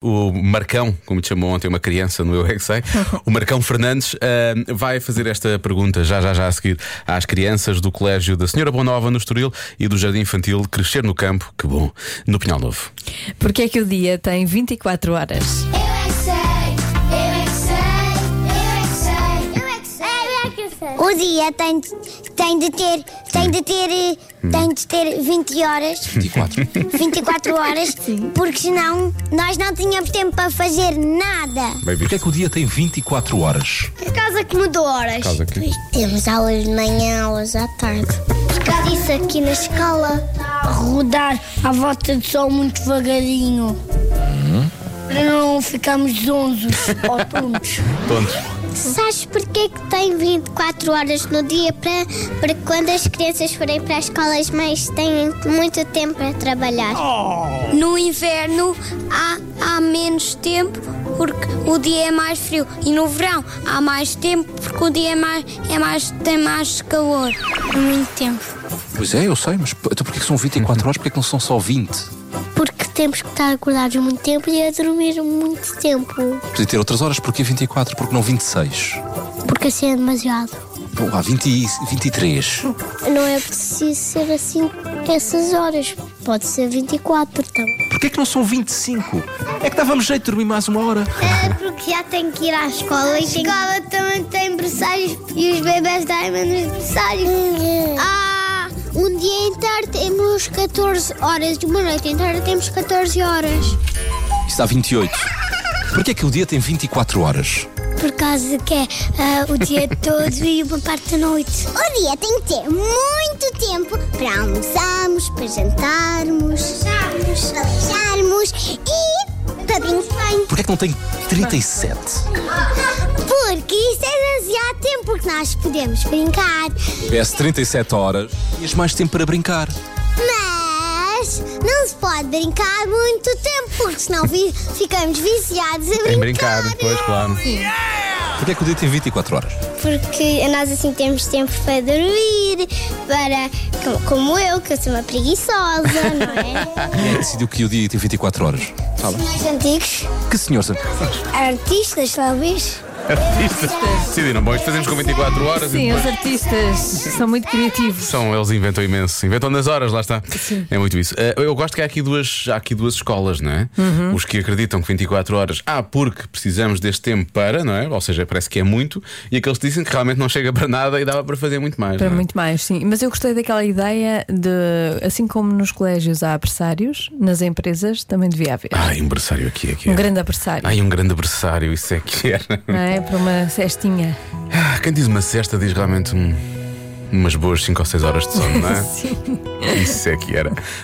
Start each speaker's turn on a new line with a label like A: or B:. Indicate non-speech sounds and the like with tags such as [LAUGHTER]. A: O Marcão, como te chamou ontem uma criança no Eu é que Sei, o Marcão Fernandes ah, vai fazer esta pergunta já já já a seguir às crianças do Colégio da Senhora Bonova no Estoril e do Jardim Infantil Crescer no Campo, que bom, no Pinhal Novo.
B: Porque é que o dia tem 24 horas?
C: Eu é que sei, eu é que sei, eu é que sei, eu é que sei, eu é que sei.
D: O dia tem, de- tem de ter, tem de ter, eh, tem de ter 20 horas,
A: 24.
D: [LAUGHS] 24 horas, porque senão nós não tínhamos tempo para fazer nada.
A: Bem
E: Porquê é
A: visto.
E: que o dia tem 24 horas?
D: Por causa que mudou horas.
A: Causa que-
D: Temos aulas de manhã, aulas à tarde. Por causa disso aqui na escola.
F: rodar à volta do sol muito devagarinho. Para não ficarmos zonzos ou tontos.
A: Tontos.
D: Sabes porquê que tem 24 horas no dia? Para, para quando as crianças forem para as escolas mais têm muito tempo para trabalhar.
F: No inverno há, há menos tempo porque o dia é mais frio. E no verão há mais tempo porque o dia é mais, é mais, tem mais calor. Muito tempo.
E: Pois é, eu sei, mas p- então porquê que são 24 horas? Porquê que não são só 20?
D: Porque temos que estar acordados muito tempo e a dormir muito tempo.
E: Podia ter outras horas, porquê 24? Porque não 26?
D: Porque assim é demasiado.
E: Bom, há 20 e 23.
D: Não é preciso ser assim essas horas. Pode ser 24 também.
E: Porquê que não são 25? É que dávamos jeito de dormir mais uma hora.
D: É porque já tem que ir à escola e a escola também tem berçários e os bebés têm menos berçários. Ah, um dia inteiro temos 14 horas, de uma noite inteira temos 14 horas.
E: Isso dá 28. Porquê é que o dia tem 24 horas?
D: Por causa que é o dia [LAUGHS] todo e uma parte da noite. O dia tem que ter muito tempo para almoçarmos, para jantarmos, para beijarmos e para brincar.
E: Porquê é que não tem 37?
D: Porque isso é demasiado tempo, porque nós podemos brincar,
E: Tivesse 37 horas, tinhas mais tempo para brincar.
D: mas não se pode brincar muito tempo, porque senão vi- ficamos viciados a
A: Em brincar, pois claro.
E: Porquê é que o dia tem 24 horas?
D: Porque nós assim temos tempo para dormir, para. Como, como eu, que eu sou uma preguiçosa, não
E: [LAUGHS]
D: é?
E: Quem é que decidiu que o dia tem 24 horas?
D: Os antigos.
E: Que senhor?
D: Artistas, talvez.
A: Decidiram, bom, [LAUGHS] isto fazemos com 24 horas e
B: Sim, os
A: depois
B: artistas são muito criativos.
A: são, eles inventam imenso. Inventam nas horas, lá está. É muito isso. Eh, eu gosto que há aqui duas, há aqui duas escolas, não é?
B: Uhum.
A: Os que acreditam que 24 horas, ah, porque precisamos deste tempo para, não é? Ou seja, parece que é muito, e aqueles que dizem que realmente não chega para nada e dava para fazer muito mais.
B: Para
A: não é?
B: muito mais, sim. Mas eu gostei daquela ideia de, assim como nos colégios há apressários, nas empresas também devia haver.
A: Ai, um berçário aqui, aqui.
B: Um grande apressário,
A: Ai, um grande berçário, isso é que era.
B: não é? Para uma cestinha.
A: Ah, Quem diz uma cesta diz
B: [LAUGHS]
A: realmente um- umas boas 5 ou 6 horas de sono, não é?
B: Sim.
A: Isso é que era.